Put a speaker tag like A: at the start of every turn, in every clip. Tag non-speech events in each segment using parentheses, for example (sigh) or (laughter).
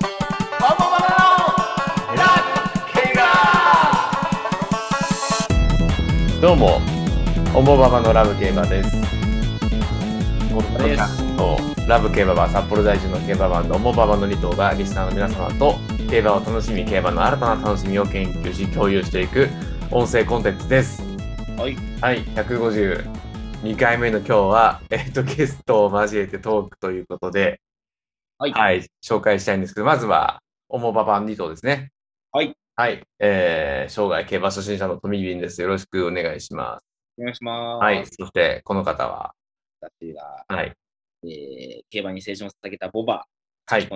A: バンバンバナナのラッケガーどうもオモババのラブ競馬ですこのポッドキャストラブ競馬は札幌在住の競馬番のオモババの2頭がリスナーの皆様と競馬を楽しみ競馬の新たな楽しみを研究し共有していく音声コンテンツです
B: はい。
A: はい、152回目の今日は、えっと、ゲストを交えてトークということで、
B: はい
A: 紹介したいんですけど、まずは、オモババン2頭ですね。
B: はい。
A: はい、えー、生涯競馬初心者のトミビンです。よろしくお願いしま。
B: お願いしますす。
A: はい、そして、この方は、
B: 私が、
A: はい、
B: えー、競馬に青春を捧げたボバ、
A: はい、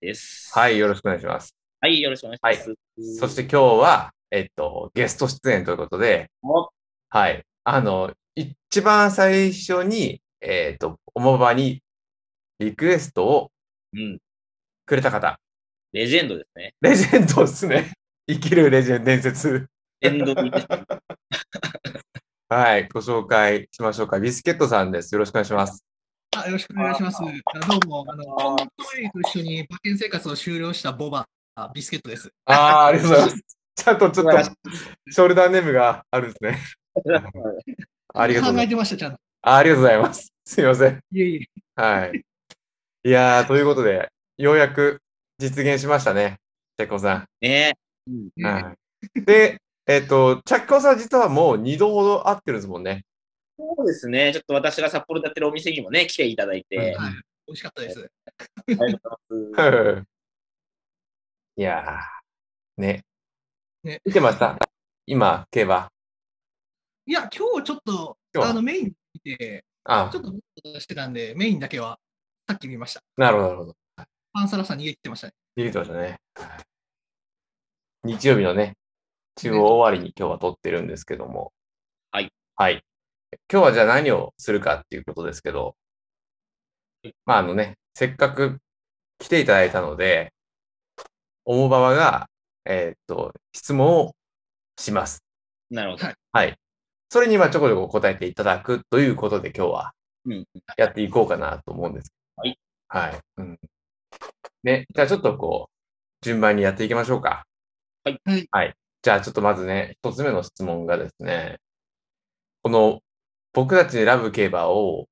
B: です。
A: はい、よろしくお願いします。
B: はい、よろしくお願いします。
A: そして、今日は、えっと、ゲスト出演ということで、
B: お、
A: はい。あの、一番最初に、えっと、オモババにリクエストを
B: うん、
A: くれた方、
B: レジェンドです
A: (laughs)
B: ね。
A: レジェンドですね。 (laughs) 生きるレジェンド伝説。
B: レジェンドですね
A: はい、ご紹介しましょうか。ビスケットさんです。よろしくお願いします。
C: あよろしくお願いします。あどうも、あの、コントレイと一緒に馬券生活を終了したボバ、あビスケットです。
A: ああ、ありがとうございます。ちゃんとちょっ
B: 素晴らし
A: と、ショルダーネームがあるんですね。ありがとうご
C: 考
A: ざ
C: え
A: います。
C: てました、ちゃんと。
A: あありがとうございます。すいません。
C: いえいえ。
A: はい。いやー、ということで、ようやく実現しましたね。チャッコさ
B: (laughs) ねうん、
A: ん。はい、で、えっ、と、チャッコさん実はもう2度ほど会ってるんですもんね。
B: そうですね。ちょっと私が札幌でやってるお店にもね、来ていただいて、
C: はい。美味しかったで
B: あ
C: す。
B: りがとうございます。
A: うん (laughs) いやー、ね。
C: ね
A: 見てました今、競馬。
C: いや、今日ちょっと、
A: 今日は
C: あの、メイン見て、
A: あ
C: ちょっとボーっとしてたんで、メインだけは、さっき見ました。
A: なるほど、なるほど。
C: パンサラさん逃げ切ってましたね。
A: 出てきてましたね。日曜日のね、中央終わりに今日は撮ってるんですけども。
B: はい。
A: はい。今日はじゃあ何をするかっていうことですけど、まああのね、せっかく来ていただいたので、オモババが、えーっと、質問をします。 (laughs)
B: なるほど。
C: はい
A: はい。それにまあちょこちょこ答えていただくということで今日は
B: うん、
A: やっていこうかなと思うんです。
B: はい。
A: はい。うん。ね、じゃあちょっとこう、順番にやっていきましょうか。
B: はい
C: はい。
A: はい。じゃあちょっとまずね、一つ目の質問がですね、この、僕たちでラブ競馬を、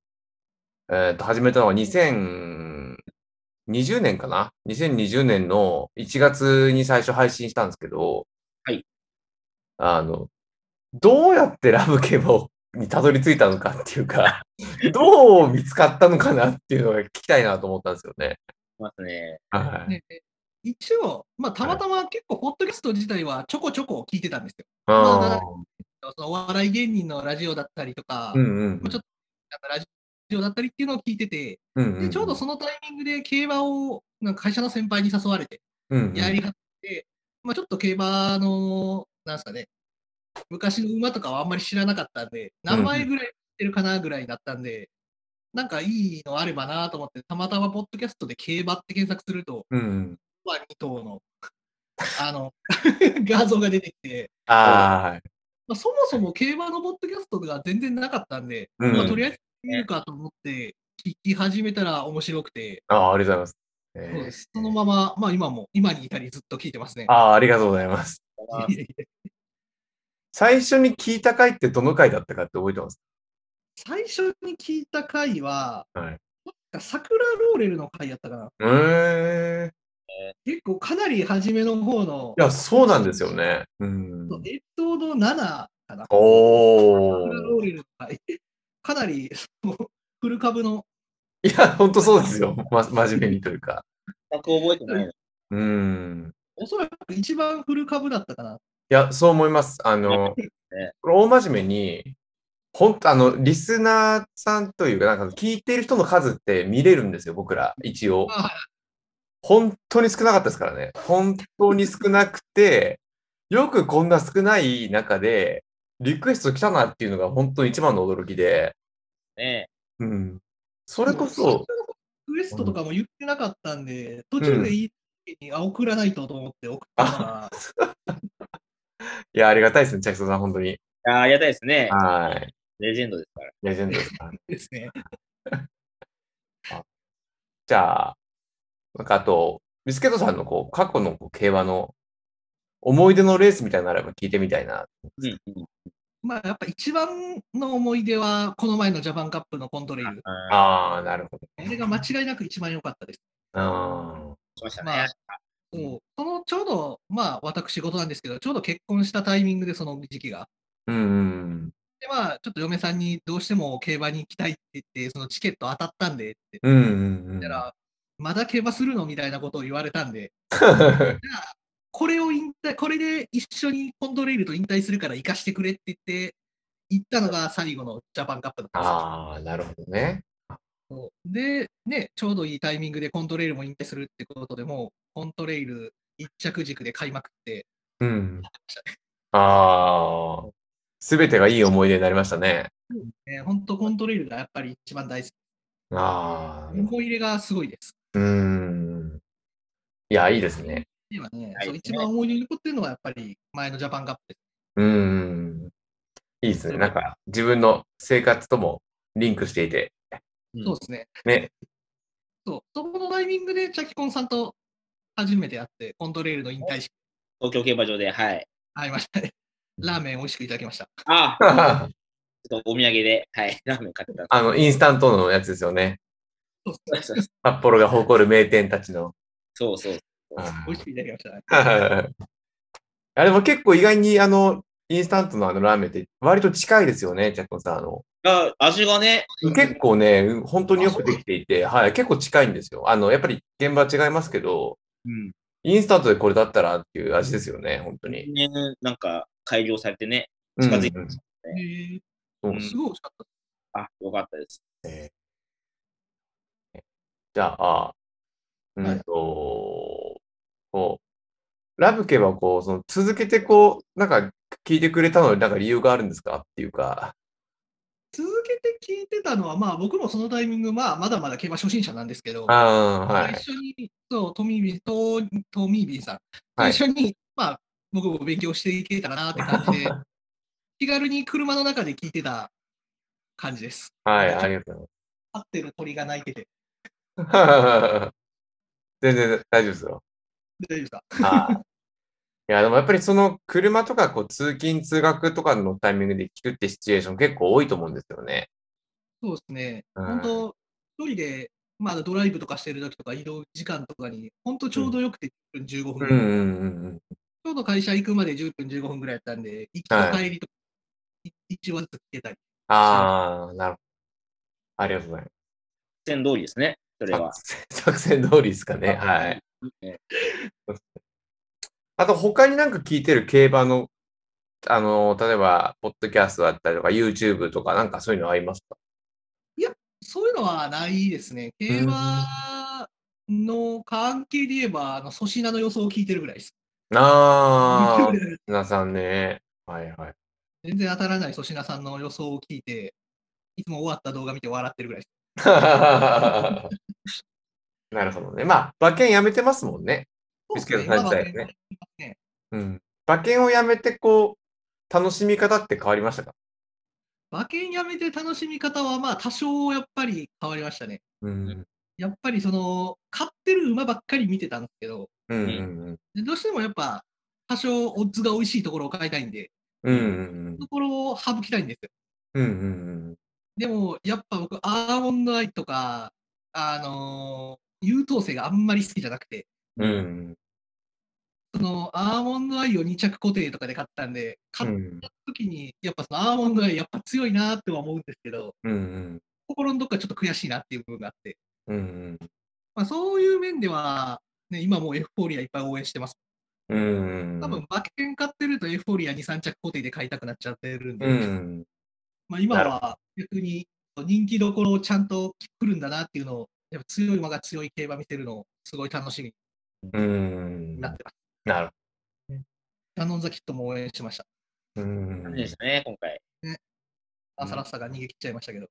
A: えーと、始めたのは2020年かな ?2020 年の1月に最初配信したんですけど、
B: はい。
A: あの、どうやってラブ競馬をにたどり着いたのかっていうか、どう見つかったのかなっていうのが聞きたいなと思ったんですよね。
B: いますね。
A: はい。
C: ね一応、まあ、たまたま結構、ポッドキャスト自体はちょこちょこ聞いてたんですよ。
A: あ
C: そのお笑い芸人のラジオだったりとか、
A: ーうんうん
C: まあちょっなんかラジオだったりっていうのを聞いてて、
A: うんうんうん
C: でちょうどそのタイミングで競馬を、なんか会社の先輩に誘われて、
A: うんうん
C: やりはって、まあ、ちょっと競馬の、なんすかね、昔の馬とかはあんまり知らなかったんで、何枚ぐらい知ってるかなぐらいだったんで、なんかいいのあればなと思って、たまたまポッドキャストで競馬って検索すると、
A: うんうん
C: 馬2頭の、あの、 (laughs) 画像が出てきて、
A: あーはい
C: まあ、そもそも競馬のポッドキャストが全然なかったんで、
A: うん
C: まあ、とりあえず見るかと思って、聞き始めたら面白くて、
A: あー、ありがとうござい
C: そう
A: ま。
C: ですすそのまま、まあ今も、今に至りずっと聞いてますね。
A: ああー、ありがとうございます。最初に聞いた回ってどの回だったかって覚えてます
C: 最初に聞いた回は、
A: はい
C: なんか桜ローレルの回やったかな。
A: うーん。い
C: 結構かなり初めの方の、
A: や、そうなんですよね。うん。
C: エピソード7かな。
A: お
C: 桜
A: ー
C: ローレルの回。 (laughs) かなり、そのフル株の、
A: いや、ほんとそうですよ。ま、真面目にというか。
B: 全く覚えてないの。
A: うん。
C: おそらく一番フル株だったかな。
A: いや、そう思います。あの、
B: ね
A: これ大真面目に、本当あの、リスナーさんというか、なんか聞いてる人の数って見れるんですよ、僕ら、一応。
C: あ
A: 本当に少なかったですからね。本当に少なくて、よくこんな少ない中で、リクエスト来たなっていうのが本当に一番の驚きで、
B: ね
A: うん。それこそ、
C: ウエストとかも言ってなかったんで、途中でいい時に、あ、送らないとと思って送ったら、
A: いや、ありがたいですね、チャキソさん、本当に。
B: いやー、ありがたいですね。
A: はい。
B: レジェンドですから。
A: レジェンドですから。
C: ですね。
A: じゃあ、なんかあと、ビスケットさんのこう過去のこう競馬の思い出のレースみたいなのあれば聞いてみたいな。
B: うんうん
C: まあ、やっぱ一番の思い出は、この前のジャパンカップのコントレイル。
B: あ
A: ああ、なるほど。
C: あれが間違いなく一番良かったです。
A: あ
B: しました
C: ま
B: ね
C: あ。そうそのちょうど、まあ、私事なんですけど、ちょうど結婚したタイミングで、その時期が。
A: ーうんうん。
C: で、まあ、ちょっと嫁さんにどうしても競馬に行きたいって言って、そのチケット当たったんでって言
A: うんうんうん。
C: ったら、まだ競馬するのみたいなことを言われたんで、これを引退、これで一緒にコントレイルと引退するから行かしてくれって言って、行ったのが最後のジャパンカップだったんですよ
A: ああ、なるほどね。
C: そうで、ね、ちょうどいいタイミングでコントレイルも引退するってことでもう、コントレイル一着軸で買いまくって、
A: うん。ああ、すべてがいい思い出になりましたね。
C: えー、本当コントレイルがやっぱり一番大好き。
A: ああ、
C: 思い入れがすごいです。
A: うん。いや、いいですね。
C: 今ね、
B: はい
C: そう一番思い出に残ってるのはやっぱり前のジャパンカップです。
A: うん。いいですね。なんか、自分の生活ともリンクしていて。
B: うん
C: そうですね。
A: ね。
C: そう、そこのタイミングでチャキコンさんと初めて会って、コントレイルの引退式
B: 東京競馬場で、はい。
C: 会いましたね。ラーメン美味しくいただきました。
B: ああ、
A: あ
B: ちょっとお土産で、はい、 (laughs) ラーメン買ってた。
A: の、インスタントのやつですよね。
C: そうですね
B: そうそう
A: 札幌が誇る名店たちの。
B: そうそう。
A: あ
C: 美味しくいただきましたね。
B: (laughs)
A: ー (laughs) あれも結構意外に、あの、インスタントのあのラーメンって割と近いですよね、チャッコンさん。あの、
B: あ味がね、
A: 結構ね、うん本当によくできていて、はい、結構近いんですよ。あの、やっぱり現場は違いますけど、
B: うん
A: インスタントでこれだったらっていう味ですよね、本当に。
B: ね、なんか改良されてね、近づいて
A: うんうん
B: ますね
C: へ
A: そう
B: うん
C: ーすごい美味しかった。
B: あ、よかったです。
A: えーじゃあ、う
C: はい
A: んと、こう、ラブケはこう、その続けてこう、なんか聞いてくれたのになんか理由があるんですかっていうか、
C: 続けて聞いてたのは、まあ僕もそのタイミング、まあまだまだ競馬初心者なんですけど、
A: ああ、はい。
C: 一緒に、そう、トミービン、トトミービンさん、
A: はい
C: 一緒に、まあ僕も勉強していけたらなって感じ
A: (laughs)
C: で、気軽に車の中で聞いてた感じです。
A: はい、ありがとう (laughs)
C: 合ってる鳥が鳴いてて、
A: ございます。全然大丈夫ですよ。
C: 大丈夫ですか
A: はいいや、でもやっぱりその車とかこう通勤通学とかのタイミングで聞くってシチュエーション結構多いと思うんですよね。
C: そうですね。
A: うん
C: 本当、一人で、まあ、ドライブとかしてる時とか、移動時間とかに、本当ちょうどよくて、10分、15
A: う
C: 分、
A: んうんうんうん。
C: ちょうど会社行くまで10分、15分ぐらいやったんで、行き
A: はい
C: と帰りとか、い一話ずつ聞けたり。
A: ああ、なるほど。ありがとうございます。
B: 線通りですね、それは。
A: 作戦通りですかね。はい。
B: ね。
A: あと、他になんか聞いてる競馬の、あの、例えば、ポッドキャストだったりとか、YouTube とか、なんかそういうのありますか
C: そういうのはないですね。競馬の関係で言えば、あの粗品の予想を聞いてるぐらいです。
A: ああ、皆さんね。はいはい。
C: (laughs)
A: (laughs)
C: 全然当たらない粗品さんの予想を聞いて、いつも終わった動画見て笑ってるぐらいです。
A: なるほどね。まあ、馬券やめてますもんね。見つけ
C: そう
A: た
C: で
A: ら
C: すね。
A: 大体ね
C: 今のね
A: うん。馬券をやめて、こう、楽しみ方って変わりましたか
C: 馬券やめて楽しみ方は、まあ、多少やっぱり変わりましたね。
A: うん。
C: やっぱりその、買ってる馬ばっかり見てたんですけど、
A: うんうん
C: でどうしてもやっぱ、多少オッズが美味しいところを買いたいんで、
A: うん。うんうん
C: ところを省きたいんですよ。
A: うん。うんうん
C: でも、やっぱ僕、アーモンドアイとか、あのー優等生があんまり好きじゃなくて、
A: うん。うん
C: そのアーモンドアイを2着固定とかで買ったんで、
A: う
C: 買っ
A: ん。
C: た時に、やっぱそのアーモンドアイ、やっぱ強いなっては思うんですけど、
A: うんうん。
C: 心のどっかちょっと悔しいなっていう部分があって、
A: うん
C: まあ、そういう面では、ね、今もうエフフォーリアいっぱい応援してます。
A: うん。うん。
C: 多分馬券買ってるとエフフォーリア2、3着固定で買いたくなっちゃってるんで、
A: うん。
C: まあ、今
A: なる
C: は逆に人気どころをちゃんと来るんだなっていうのを、やっぱ強い馬が強い競馬見てるのをすごい楽しみ
A: うん。
C: にな
A: な
C: ってます。
A: る
C: キャノンザキットも応援してました。
A: ほど。うん。
B: 残念でしたね、今回。
A: うん
C: アサラッサが逃げ切っちゃいましたけど。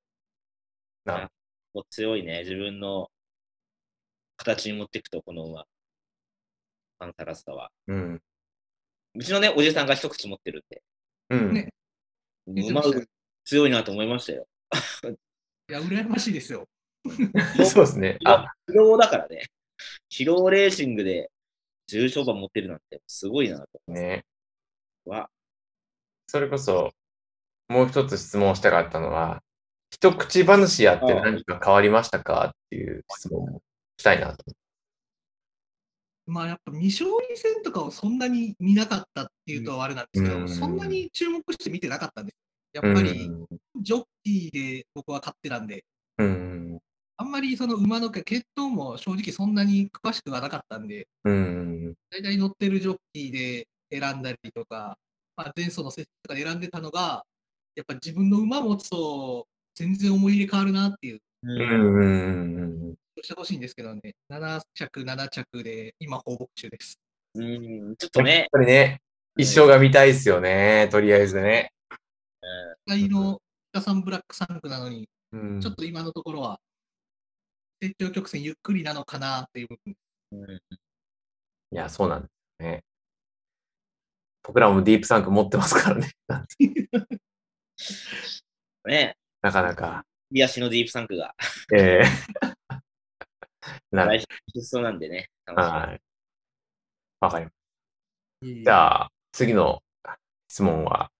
A: なる
B: もう強いね、自分の形に持っていくと、この馬。アンタラスタは。
A: うん。
B: うちのね、おじさんが一口持ってるんで、
A: うん。
C: ね言って
B: 馬
C: ましたね
B: 強いなと思いましたよ。
C: いや、羨ましいですよ。
A: (laughs) そうですね。あ、
B: 不動だからね。疲労レーシングで重賞馬持ってるなんてすごいなと
A: ね。
B: は、
A: それこそ、もう一つ質問したかったのは、一口話やって何か変わりましたかっていう質問もしたいなと。
C: まあやっぱ未勝利戦とかをそんなに見なかったっていうとあれなんですけど、
A: うん
C: そんなに注目して見てなかったんで、やっぱり
A: うん
C: ジョッキーで僕は勝ってたんで、
A: うん。
C: あんまりその馬の毛血統も正直そんなに詳しくはなかったんで、
A: うん。
C: 大体乗ってるジョッキーで選んだりとか、まあ、前走の接種とかで選んでたのが、やっぱ自分の馬持つと全然思い入れ変わるなっていう、
A: うん
B: う
A: うん。
C: してほしいんですけどね、7着、7着で今放牧中です。
B: んちょっと
A: やっ
B: ね、
A: ぱりね、一生が見たいですよね、とりあえずね。
C: 期待の北さんブラック3区なのに、
A: うん
C: ちょっと今のところは、成長曲線ゆっくりなのかなっていう部分。
B: うん
A: いや、そうなんですね。僕らもディープサンク持ってますからね。 (laughs)
B: ね、
A: なかなか。
B: 癒しのディープサンクが
A: え (laughs) えなる
B: 来週そうなんでね、
A: ほ
B: 楽
A: ど。
B: しみ
A: はい。わかりまし
C: じ
A: た。じゃあ、次の質問は、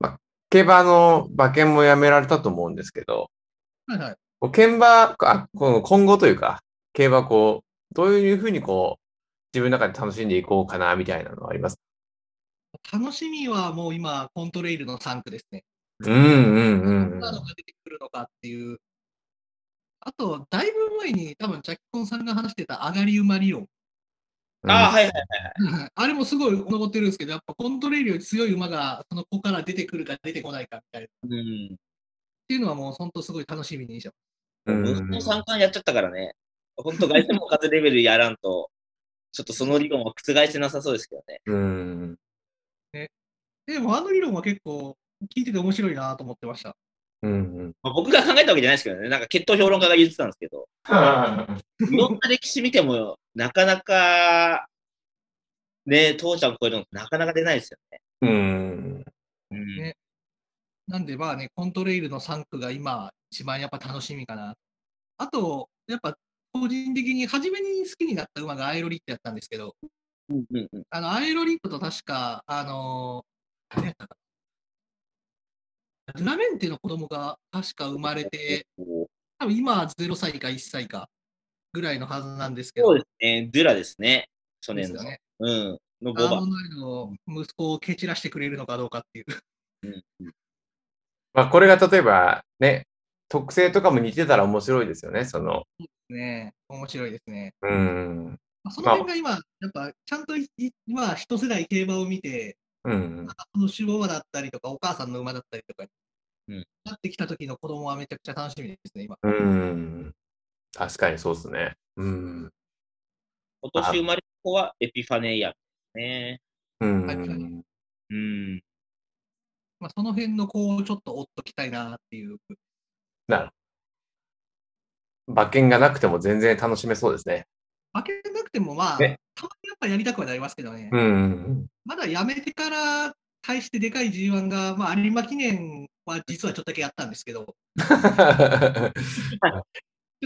A: まあ、競馬の馬券もやめられたと思うんですけど、
C: はいはい。
A: こう競馬、あこの今後というか、競馬こう、どういうふうにこう、自分の中で楽しんでいこうかな、みたいなのはあります
C: 楽しみはもう今、コントレイルの3区ですね。
A: うんうんう
C: ど
A: んうんん。
C: なのが出てくるのかっていう。あと、だいぶ前に多分、ジャッキコンさんが話してた上がり馬理論。
B: あー、はいはい。
C: (laughs) あれもすごい残ってるんですけど、やっぱコントレイルより強い馬が、その子から出てくるか出てこないかみたいな。っ
B: うん。
C: ていうのはもう本当すごい楽しみにしてま
A: うん
B: 僕も三冠やっちゃったからね、本当、凱旋門勝つレベルやらんと、ちょっとその理論は覆せなさそうですけどね。
A: うん。
C: す。でも、あの理論は結構聞いてて面白いなと思ってました。
A: うんうん。
B: まあ、僕が考えたわけじゃないですけどね、なんか血統評論家が言ってたんですけど、いろんな歴史見ても、なかなか、ね、父ちゃん超えるのなかなか出ないですよね。
A: うん。
B: うん
C: ねなんでまあね、コントレイルの3区が今、一番やっぱ楽しみかな。あと、やっぱ個人的に初めに好きになった馬がアイロリットやったんですけど、
B: うんうんうん
C: あのアイロリットと確か、あのー何やったかなルナメンテの子供が確か生まれて、多分今は0歳か1歳かぐらいのはずなんですけど、
B: そうですね、ドゥラですね、去
C: で
B: 年
C: す
B: の。
C: よね。
B: うん。のボ
C: あ
B: バ
C: の。前の息子を蹴散らしてくれるのかどうかっていう。
A: まあ、これが例えばね、特性とかも似てたら面白いですよね、その。
C: ね面白いですね。
A: うん。
C: まあその辺が今、やっぱちゃんとい今、一世代競馬を見て、
A: うん。
C: その種馬だったりとか、お母さんの馬だったりとか、
B: うん
C: なってきた時の子供はめちゃくちゃ楽しみですね、今。
A: うん。確かにそうですね。うん。
B: 今年生まれた子はエピファネイアですね。
A: うん。
C: はいはい
B: うん。
C: まあ、その辺の子をちょっと追っときたいなっていう。
A: 馬券がなくても全然楽しめそうですね。
C: 負けなくても、まあ、たまに
A: ね
C: やっぱやりたくはなりますけどね。
A: うん。
C: まだやめてから、対してでかい G1 が、まあ、有馬記念は実はちょっとだけやったんですけど、ちょ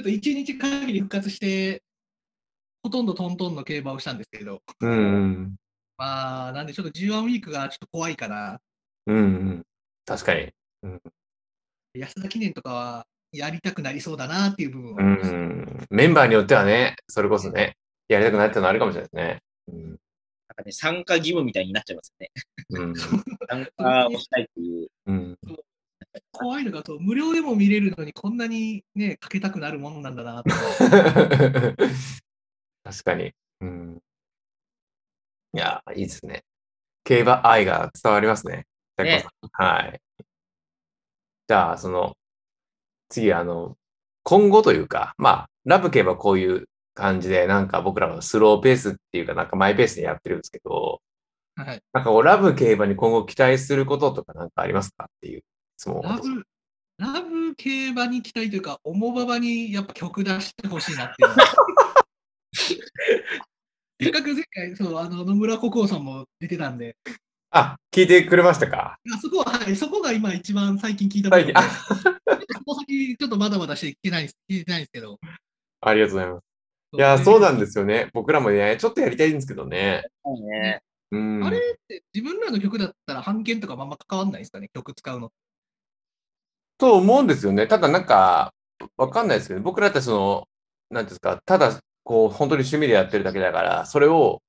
C: っと一日限り復活して、ほとんどトントンの競馬をしたんですけど、
A: うん。
C: まあ、なんでちょっと G1 ウィークがちょっと怖いかな。
A: うん。確かに。
C: 安田記念とかはやりたくなりそうだなっていう部分
A: う
C: はあります
A: ん。メンバーによってはね、それこそね、やりたくなったのあるかもしれないですね。うん。
B: なんかね、参加義務みたいになっちゃいますよね。
A: うん。
B: 参加をしたいっていう。
A: うん、
C: 怖いのがそう、無料でも見れるのにこんなにね、かけたくなるもんなん
A: (laughs)
C: だなと。
A: 確かに。うん。いやー、いいですね。競馬愛が伝わりますね。
B: ね
A: はい。じゃあ、その、次、あの、今後というか、まあ、ラブ競馬こういう感じで、なんか僕らはスローペースっていうか、なんかマイペースでやってるんですけど、
C: はい、
A: なんかこう、ラブ競馬に今後期待することとかなんかありますかっていう質問を
C: ラブ、ラブ競馬に期待というか、重馬場にやっぱ曲出してほしいなっていうのは。
A: (laughs)
C: せっかく前回、そう、あの野村国王さんも出てたんで、
A: あ、聞いてくれましたか
C: あそこは、はい、そこが今一番最近聞いたとこ
A: 最
C: ろ
A: 近
C: で、
A: あ
C: この先ちょっとまだまだして聞けないです、聞いてないんですけど、
A: ありがとうございます。いや、そうなんですよね。僕らもね、ちょっとやりたいんですけどね。
B: そうね。
A: うん。
C: あれって自分らの曲だったら版権とかもあんま関わんないですかね、曲使うの。
A: と思うんですよね。ただなんか、わかんないですけど、僕らってその、なんていうんですか、ただ、こう、本当に趣味でやってるだけだから、それを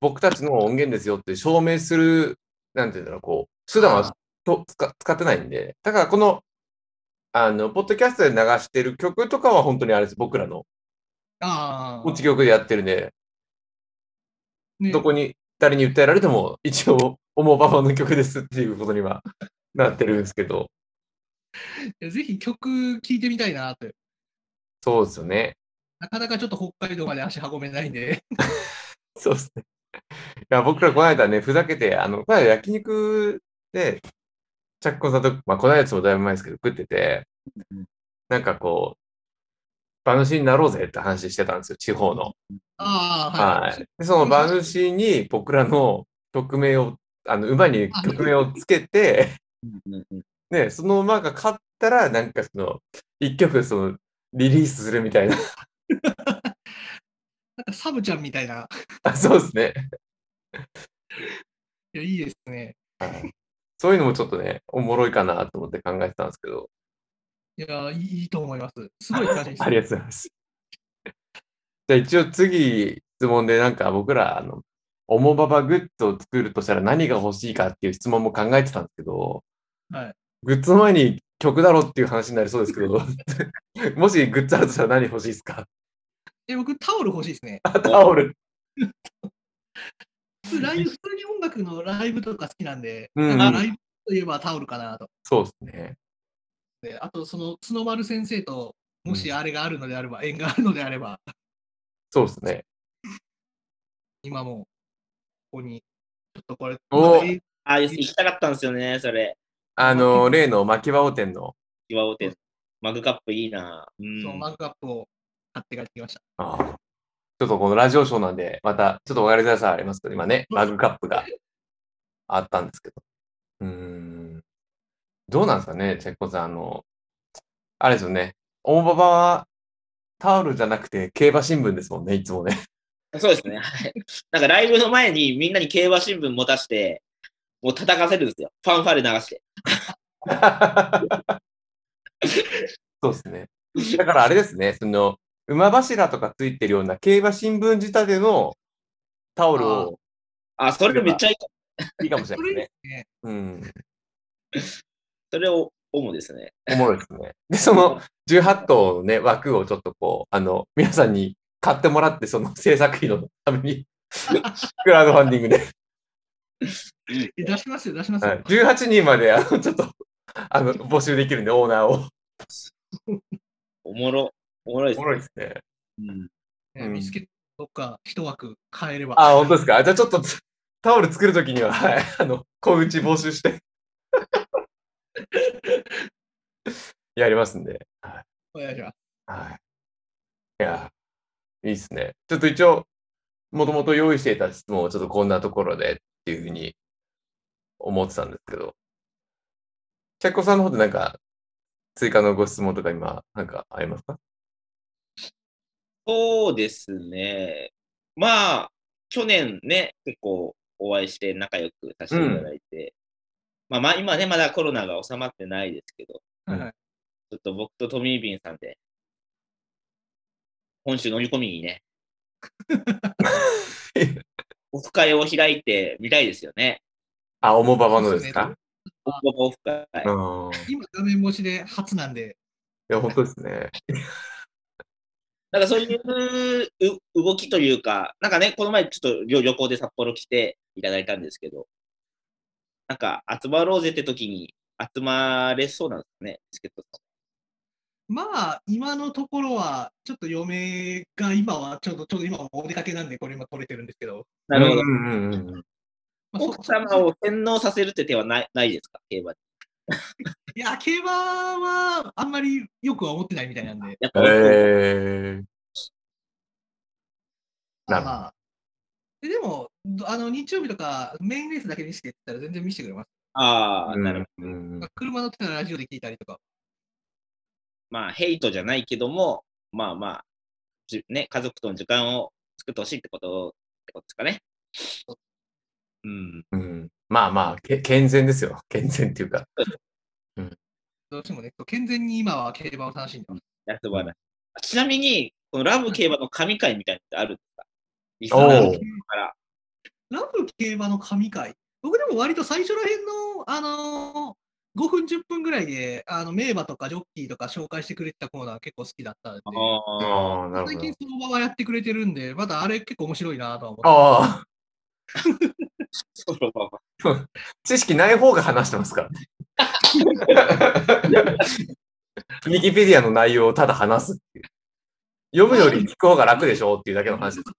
A: 僕たちの音源ですよって証明する、なんていうんだろう、こう、手段
C: あー
A: はと使使ってないんで、だからこの、あの、ポッドキャストで流してる曲とかは本当にあれです。僕らの
C: ああ
A: 持ち、曲でやってるんで、
C: ね
A: どこに、誰に訴えられても、 (laughs) 一応、思うばばの曲ですっていうことには (laughs) なってるんですけど、
C: ぜひ曲聴いてみたいなって。
A: そうですよね。
C: なかなかちょっと北海道まで足運べないんで。
A: そうですね。いや、僕らこの間ね、ふざけて、あの、この間焼肉で、チャッコさんと、まあ、この間やつもだいぶ前ですけど、食ってて、なんかこう、馬主になろうぜって話してたんですよ、地方の。
C: ああ、は。
A: はいい。で、その馬主に僕らの曲名を、あの、馬に曲名をつけて、
B: うんうんうん
A: ね、その馬が勝ったら、なんかその、一曲その、リリースするみたいな。 (laughs)
C: なんかサブちゃんみたいな。
A: あそうですね。
C: いや、いいですね。
A: はいそういうのもちょっとね、おもろいかなと思って考えてたんですけど、
C: いや、いいいいと思います。すごい感じです
A: ありがとうございます。じゃあ一応次質問でなんか僕らあの、おもばばグッズを作るとしたら何が欲しいかっていう質問も考えてたんですけど、
C: はい
A: グッズの前に曲だろっていう話になりそうですけ (laughs) ど、もしグッズあるとしたら何欲しいですか
C: え僕、タオル欲しいですね。
A: タオル。
C: 普通ライブ普通に音楽のライブとか好きなんで、
A: うんうん
C: なんかライブといえばタオルかなと。
A: そうですね。
C: であと、その角丸先生と、もしあれがあるのであれば、縁があるのであれば、
A: そうですね。
C: 今もうここに、ちょっとこれ、
A: お
C: ま
B: ああ、行きたかったんですよね、それ。
A: あ (laughs) の、例の巻き場王店の。
B: 岩尾店。マグカップいいな。う
C: たその
B: ん。
C: マグカップを買って帰ってきました。
A: あーちょっとこのラジオショーなんで、またちょっとお別れくださいありますけど、今ね、マグカップがあったんですけど。うーん。どうなんですかね、チェッコさん。あの、あれですよね。大馬場はタオルじゃなくて競馬新聞ですもんね、いつもね。 (laughs)
B: そうですね。はい。なんかライブの前にみんなに競馬新聞持たして、もう叩かせるんですよ。ファンファーレ流して。
A: そうですね。だからあれですね、その、馬柱とかついてるような競馬新聞仕立てのタオルを
B: あ、それめっちゃいい。
A: いいかもしれないですね。
C: (laughs) それいいですね。
A: うん。
B: それを、主ですね。
A: おもろいですね。で、その18頭のね、枠をちょっとこう、あの、皆さんに買ってもらって、その (laughs) 制作費のために、クラウドファンディングで、
C: え出しますよ、出しますよ。
A: はい、18人まで、あの、ちょっと、あの、募集できるんで、オーナーを。
B: おもろ。おもろいで
A: お
B: す
A: も。ろいですね。
B: うん
C: ね
A: うん
C: 見つけどっか一枠変えれば。
A: あ、本当ですか。じゃあちょっと、タオル作るときには、はい、あの、小口募集して。やりますんで。はい
C: お願いします。
A: はい。いや、いいっすね。ちょっと一応、もともと用意していた質問をちょっとこんなところでっていうふうに思ってたんですけど、チャッコさんの方でなんか、追加のご質問とか今、なんかありますか
B: そうですね。まあ、去年ね、結構お会いして仲良くさせていただいて、まあまあ、今ね、まだコロナが収まってないですけど、
A: うん
C: はい
B: ちょっと僕とトミービンさんで、本州乗り込みにね、オフ会を開いてみたいですよね。
A: (laughs) あ、おもばばのですか
B: オフ会。
A: うん。い
C: 今、画面越しで初なんで、
A: や、本当ですね。
B: なんかそういうう動きというか、なんかね、この前ちょっと旅旅行で札幌来ていただいたんですけど、なんか集まろうぜって時に集まれそうなんですね、チケットさ
C: まあ、今のところは、ちょっと嫁が今は、ちょうど、ちょうど今はお出かけなんで、これ今取れてるんですけど、
B: ん。なるほど
A: う。んうんうんうん。
C: まあ、そ
B: 奥様を洗脳させるって手はないないですか、競馬で。
C: いや、競馬はあんまりよくは思ってないみたいなんで、
B: やっぱ、
A: えー、なるほど
C: まあ、ででも、どあの日曜日とかメインレースだけ見せてって言ったら全然見せてくれます。
B: ああ、なるほど。
A: うんうんうん
C: 車乗ってたらラジオで聞いたりとか。
B: まあ、ヘイトじゃないけども、まあまあ、じね、家族との時間を作ってほしいってことってことですかね。うん。
A: うん。まあまあ、け健全ですよ。健全っていうか。
C: どうしてもね、健全に今は競馬を楽しんでます。
B: やつはねちなみに、このラブ競馬の神回みたいなのってあるんですか
A: お
B: リ
A: う
B: スナーの人から。
C: ラブ競馬の神回。僕でも割と最初ら辺の、あのー5分、10分ぐらいで、あの、名馬とかジョッキーとか紹介してくれてたコーナー結構好きだったんで、
B: あ
A: ああ、なる
C: 最
A: ほど
C: 近。その場はやってくれてるんで、まだあれ結構面白いなとは思って。
A: ああ、
B: ーそう
A: 知識ない方が話してます (laughs) から。ウィキペディアの内容をただ話すっていう。読むより聞く方が楽でしょっていうだけの話です。
B: だ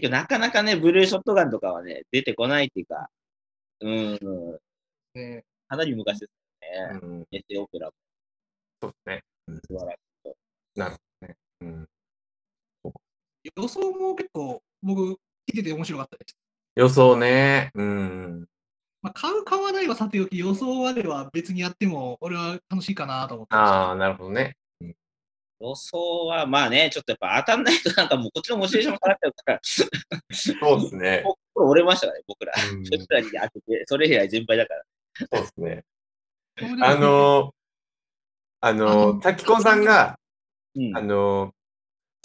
B: けどなかなかね、ブルーショットガンとかはね、出てこないっていうか、うん、
C: ね
B: かなり昔ですね。
A: うん、
B: エテオペラも
A: そうですね。
B: 素晴らしい。
A: うん、
C: 予想も結構僕聞いてて面白かったです。
A: 予想ね。うん。
C: まあ、買う、買わないはさておき、予想までは別にやっても俺は楽しいかなと思ってました。
A: ああ、なるほどね。
B: 予想は、まあね、ちょっとやっぱ当たんないとなんかもうこっちのモチベーションも下がっちゃうから、 (laughs)
A: そうですね。
B: 心折れましたからね、僕ら。
A: うん
B: そしたらに当てて、それ以来全敗だから。
A: そうですね。
C: そこで
A: あのー、あ
C: あ
A: のー、
C: の
A: 滝子さんが、
B: うん
A: あの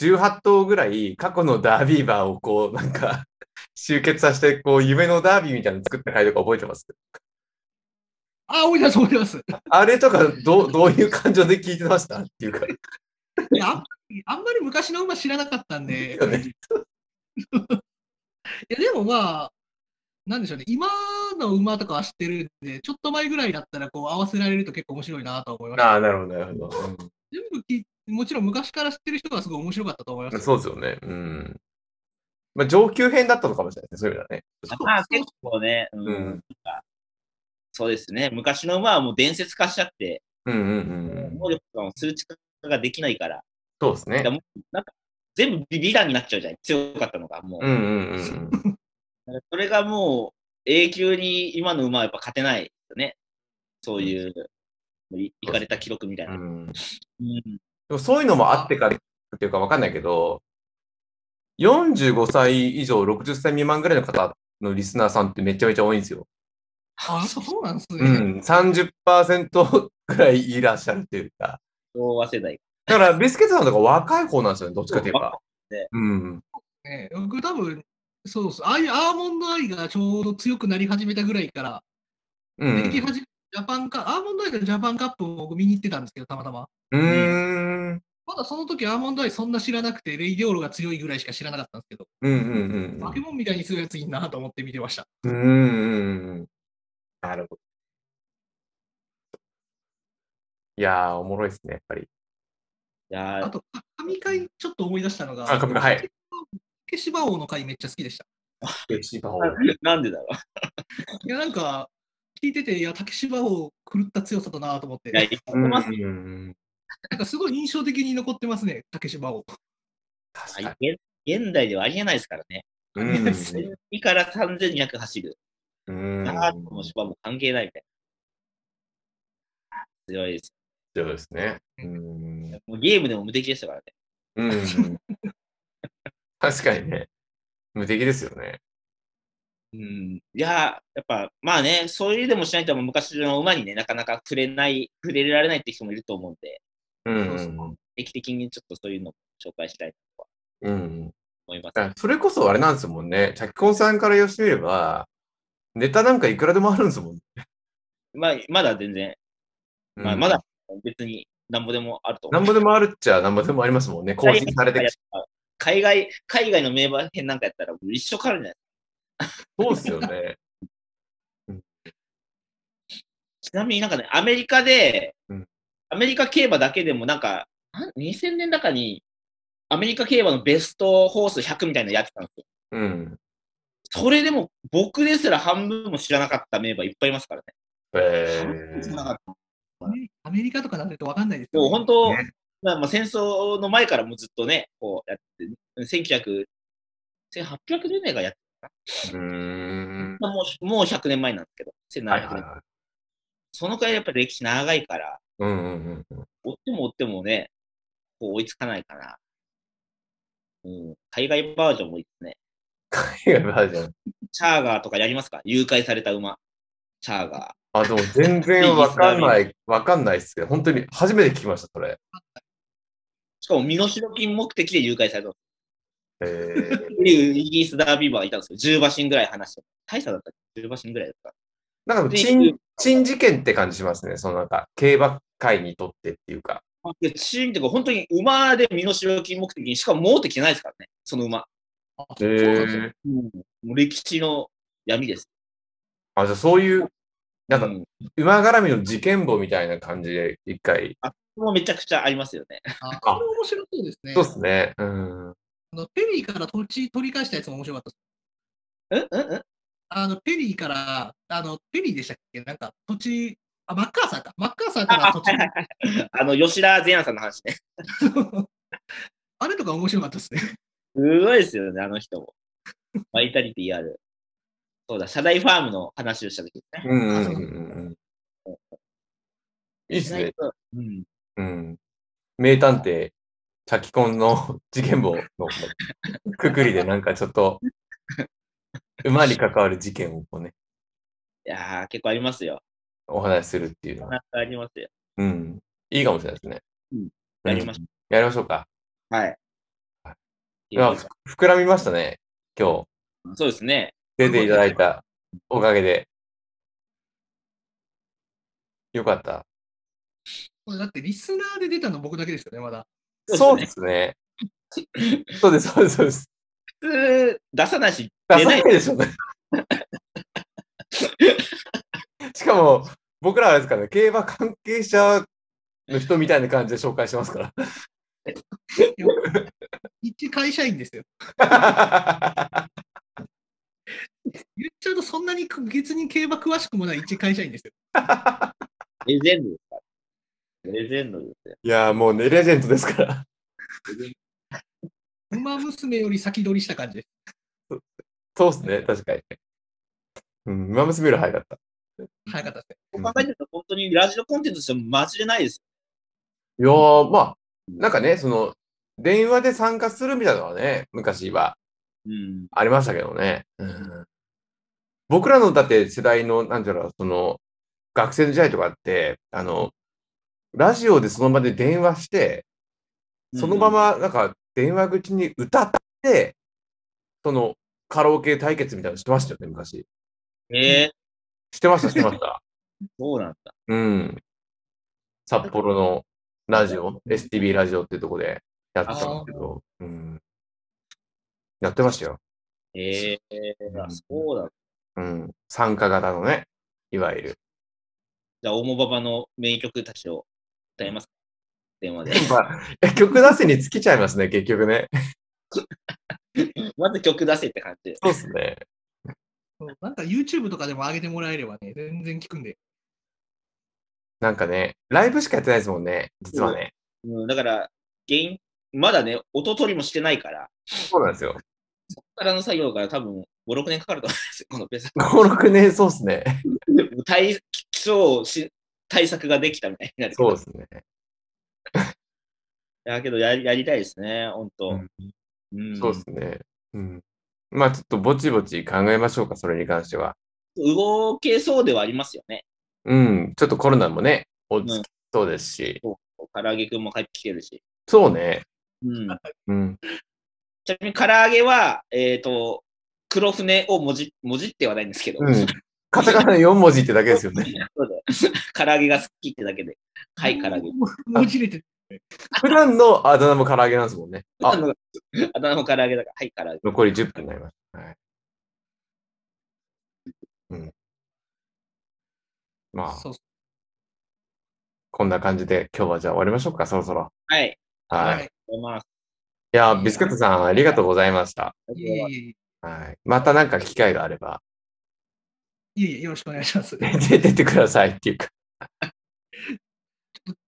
A: ー、18頭ぐらい過去のダービー馬をこう、なんか、集結させて、こう、夢のダービーみたいなの作った回とか覚えてます
C: あ、思い出す、思い出す。
A: あれとか、どう、どう (laughs) いう感情で聞いてましたっていうか、
C: いやあんまりあんまり昔の馬知らなかったん
A: (laughs)
C: で、
A: よね
C: いやでもまあ、なんでしょうね、今の馬とかは知ってるんで、ちょっと前ぐらいだったらこう合わせられると結構面白いなと思いました。
A: ああ、なるほど、なるほど。
C: 全部聞いもちろん昔から知ってる人はすごい面白かったと思いま
A: うん
C: す。
A: そうですよね。うん。まあ、上級編だったのかもしれないですね、そういう意味ではね。
B: まあ結構ね、うん
A: うん
B: なんかそうですね、昔の馬はもう伝説化しちゃって、
A: うんうんうん。
B: 能力とかも数値化ができないから、
A: そうですね
B: だ。もうなんか全部ビビラになっちゃうじゃん、強かったのが、もう。
A: うんうんうんうん。
B: だからそれがもう永久に今の馬はやっぱ勝てないよね、そういう、もういいかれた記録みたいな。
A: うん
B: うん
A: でもそういうのもあってからっていうかわかんないけど、45歳以上、60歳未満ぐらいの方のリスナーさんってめちゃめちゃ多いんですよ。
C: あそうなんですね。
A: うん、30%ぐ (laughs) らいいらっしゃるっていうか。
B: 昭和世代。
A: だから、ビスケットさんとか若い方なんですよね、どっちかといえば。うん。
C: ね僕多分、そうです。ああいうアーモンドアイがちょうど強くなり始めたぐらいから、
A: う
C: でき
A: ん。
C: 始めジャパンカアーモンドアイのジャパンカップを僕見に行ってたんですけど、たまたま。
A: うーん。
C: まだその時アーモンドアイそんな知らなくて、レイデオロが強いぐらいしか知らなかったんですけど、
A: うんうん
C: 化け物みたいに強いやついいなと思って見てました。
A: うん。うんうん。なるほど。いやー、おもろいですね、やっぱり。
B: いやー
C: あと、か神回ちょっと思い出したのが、
A: あ神回はい
C: 竹芝王の回めっちゃ好きでした。
A: 一番多い。
B: なんでだろう。
C: いや、なんか、聞いてて、いや、竹芝王狂った強さだなと思って、
B: いや、
C: な
B: 言って
A: うんうん
B: ますよ。
A: うん。
C: んかすごい印象的に残ってますね、竹芝王。
A: 確かに。
B: 現現代ではありえないですからね。
C: (laughs)
A: うん
B: 1200から3200走る。
A: うん。
B: 長くも芝も関係ないみたいな。強いです。
A: そうですね。うん。
B: もうゲームでも無敵でしたからね。
A: うん、確かにね。無敵ですよね。
B: うん、いやー、やっぱ、まあね、そういうでもしないと、昔の馬にね、なかなか触れない、触れられないって人もいると思うんで、
A: うんうん
C: そうそ
B: 定期的にちょっとそういうのを紹介したいと
A: うん。うん。
B: 思います。
A: だからそれこそあれなんですもんね。チャキコンさんから言わせてみれば、ネタなんかいくらでもあるんですもん。
B: まあ、まだ全然、まあ、
A: うん
B: まだ。別になんぼでもあると思
A: な。
B: うん
A: ぼでもあるっちゃなんぼでもありますもんね。更新されてきて。
B: 海外、海外の名場編なんかやったら、もう一生変わるんじゃない
A: そうですよね。
B: ちなみになんかね、アメリカで、
A: うん
B: アメリカ競馬だけでもなんか、なん2000年だかに、アメリカ競馬のベストホース100みたいなのやってたんですよ。
A: うん。
B: それでも僕ですら半分も知らなかった名馬いっぱいいますからね。
A: え
B: 知らなか
A: ー、
B: った
C: ねアメリカとかなんて分かんないですよ
B: もう本当、
A: ね
B: まあまあ戦争の前からもうずっとね、こうやって、1900、1800年代がやって
A: うーん。
B: た、もうもう100年前なんですけど、1700年、
A: はいはいはい。
B: そのくらいやっぱり歴史長いから、
A: うんうんうん。
B: 追っても追ってもね、こう追いつかないかな。うん、海外バージョンもいいですね。
A: 海外バージョン。
B: チャーガーとかやりますか誘拐された馬。チャーガ
A: あ、でも全然わか
B: (laughs)
A: んない、わかんないっすけど、本当に初めて聞きました、それ。
B: ー。しかも身代金目的で誘拐された。
A: えー
B: イギリスダービーバーがいたんですよ。10馬身ぐらい話して。大差だった10馬身ぐらいだった。
A: な
B: (laughs)
A: んか、珍、珍事件って感じしますね、そのなんか、競馬界にとってっていうか。
B: で、チームっていうか、本当に馬で身代金目的に、しかも持ってきてないですからね、その馬。
C: あ
A: え
C: そうなんですよ
A: ー、
B: もう歴史の闇です。
A: あ、じゃあそういう、なん
B: う
A: か、馬絡みの事件簿みたいな感じで、一回。
B: もうめちゃくちゃありますよね。
C: あこれ面白そうですね。
A: そうっすね。うん。
C: あのペリーから土地取り返したやつも面白かったです。
B: うんうんうん
C: あのペリーから、あのペリーでしたっけなんか土地、あ、マッカーサーか。マッカーサーから土地。
B: あの、吉田善也さんの話ね。
C: (laughs) あれとか面白かったですね。
B: すごいですよね、あの人も。バイタリティある。そうだ、社大ファームの話をした時ですね。
A: うんうんうんうんうん。いいっすね。
B: うん、
A: うん。名探偵、チャキコンの (laughs) 事件簿のくくりで、なんかちょっと、馬に関わる事件をこうね、
B: いやー、結構ありますよ。
A: お話しするっていうのは、
B: なんかありますよ。
A: うん。いいかもしれないですね。
B: うんやりましょ
A: うんやりましょうか。
B: はい。
A: はや
B: っていう
A: 膨らみましたね、今日。
B: かそうですね。
A: 出ていただいたおかげで。よかった。
C: これだってリスナーで出たの僕だけですよね、まだ。
A: そ
B: そうう
A: で
B: です
A: ね。そうです、そうです、そうです。
B: 普通、出さないし、
A: 出
B: 出
A: さ
B: な
A: ないい。でしょう (laughs) ね。しかも、僕らあれですからね、競馬関係者の人みたいな感じで紹介してますか
C: 一会社員ですよ。
A: ら。 (laughs)
C: 言っちゃうとそんなに別に競馬詳しくもない一会社員ですよ。
B: レジェンドですから。レジェンドですよ。
A: いやー、もうね、レジェンドですから。
C: 馬娘より先取りした感じです。
A: そうっすね、確かに。うん、馬娘より早かった。
C: 早かったですね。
A: うん
B: 考えてると、本当にラジオコンテンツとしてもマジでないです。
A: いやー、まあ、なんかね、その、電話で参加するみたいなのはね、昔は
B: うん。
A: ありましたけどね。うん、僕らのだって世代の、なんていうのかな、その、学生時代とかって、あの、ラジオでその場で電話して、そのまま、なんか、電話口に歌って、その、カラオケ対決みたいなのしてましたよね、昔。
B: うん。ええ
A: してました、してま (laughs) した。
B: そうなんだ。
A: うん。札幌のラジオ、STB ラジオっていうとこでやってたんですけど、うん。やってましたよ。
B: ええ
A: うん
B: そうなんだ。
A: うん。参加型のね、いわゆる。
B: じゃあ、大もばばの名曲たちを歌いますか電話で。
A: (laughs) まあ、曲出せに尽きちゃいますね、結局ね。
B: まず曲出せって感じで。
A: そうですね。
C: そうなんか YouTube とかでも上げてもらえればね、全然聞くんで。
A: なんかね、ライブしかやってないですもんね、実はね。
B: うん、だから、原因、まだね、音取りもしてないから、
A: そうなんですよ。
B: そこからの作業が多分5、6年かかると思いますよこのペー
A: (laughs)
B: ス。
A: 5、6年、そうですね。
B: 対、基礎し、対策ができたみたいになる。
A: そうですね。
B: だけどやり、やりたいですね、本当。
A: う
B: うんん。
A: そうですね。うん。まあ、ちょっとぼちぼち考えましょうか、それに関しては。
B: 動けそうではありますよね。
A: うん。ちょっとコロナもね、落ち着きそうですし。
B: 唐揚げくんも帰ってきてるし。
A: そうね。
B: うん。
A: うん。
B: ちなみに唐揚げは、えっ、と、黒船をもじ、もじってはないんですけど。
A: (laughs) うん。カタカナ4文字ってだけです (laughs) よね。
B: そうだよ (laughs) 唐揚げが好きってだけで。はい、唐揚げ。
C: ももじれてる。
A: 普段のあだ名も唐揚げなんですもんね。
B: あ
A: あ、
B: の、あだ名も唐揚げだから、はい、唐揚げ。
A: 残り10分になりました。はい。うん。まあ、
C: そう
A: こんな感じで今日はじゃあ終わりましょうか、そろそろ。
B: はい、
A: は
B: あ
A: い。、
C: はいい。
B: りがとうございます。
A: や、ビスケットさんありがとうございました。
B: あり
C: い
B: がとうございま
C: え
B: す
C: いえい
A: はい。またなんか機会があれば、 (laughs)
C: え、いえいえ、よろしくお願いします。
A: 出てってくださいっていうか。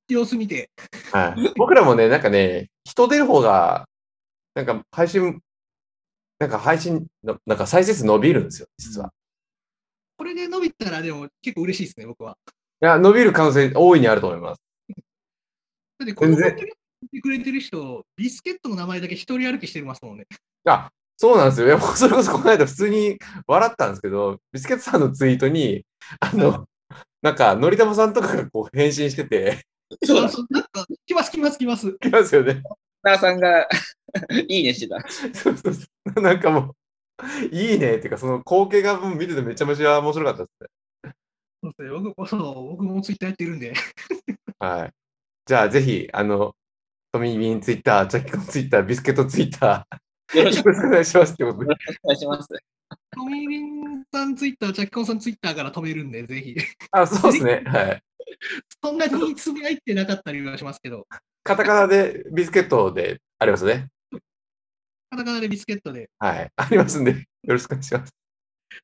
C: 様子見て、
A: はい。 (laughs) 僕らもね、なんかね、人出る方が、なんか配信、なんか配信の、なんか再生数伸びるんですよ、実は。
C: これで伸びたらでも結構嬉しいですね、僕は。
A: いや、伸びる可能性大いにあると思います。
C: だってこの
A: 全然
C: ポッドキャスてくれてる人、ビスケットの名前だけ一人歩きしてますもんね。
A: あ、そうなんですよ。いやもうそれこそこの間普通に笑ったんですけど、ビスケットさんのツイートに、あの、なんか、のりたまさんとかがこう返信してて、
B: そう
C: あ
B: だ、
C: そうなんか、来ます来ます来ます。
A: いますよね。
B: ナーさんが (laughs) いいねしてた。
A: そうそうそうなんかもう、いいねっていうか、その光景がもう見ててめちゃめちゃ面白かったですね。
C: そうですね僕もそう僕もツイッターやってるんで、
A: はい。じゃあ、ぜひ、あの、トミー・ビーンツイッター、ジャッキコンツイッター、ビスケットツイッタ
B: よろ
A: ー、
B: し
A: よ
B: く
A: ろしくお願いしますってことで。
B: お願いします。
C: トミー・リンさんツイッター、チャッキコンさんツイッターから飛べるんで、ぜひ。
A: あ、そうですね。はい。
C: そんなにつぶやいてなかったりはしますけど、
A: カタカナでビスケットでありますね。
C: カタカナでビスケットで、
A: はい。ありますんで、よろしくお願いします。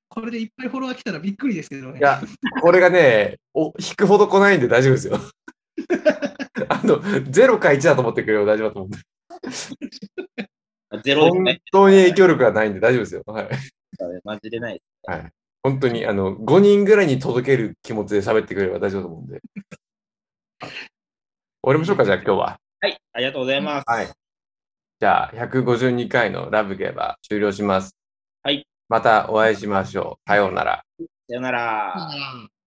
C: これでいっぱいフォロワー来たらびっくりですけどね。
A: いや、これがね、お引くほど来ないんで大丈夫ですよ。
B: (laughs)
A: あの、0か1だと思ってくれれば大丈夫だと思うんで。
B: ゼロです
A: 本
B: ね。
A: 当に影響力がないんで大丈夫ですよ。はい。
B: マジでない。
A: 本当に、あの、5人ぐらいに届ける気持ちで喋ってくれれば大丈夫だと思うんで。終わりましょうか、じゃあ今日は。
B: はい、ありがとうございます。
A: はい。じゃあ、152回のラブゲーバー終了します。
B: はい。
A: またお会いしましょう。さようなら。
B: さよなら。
C: あー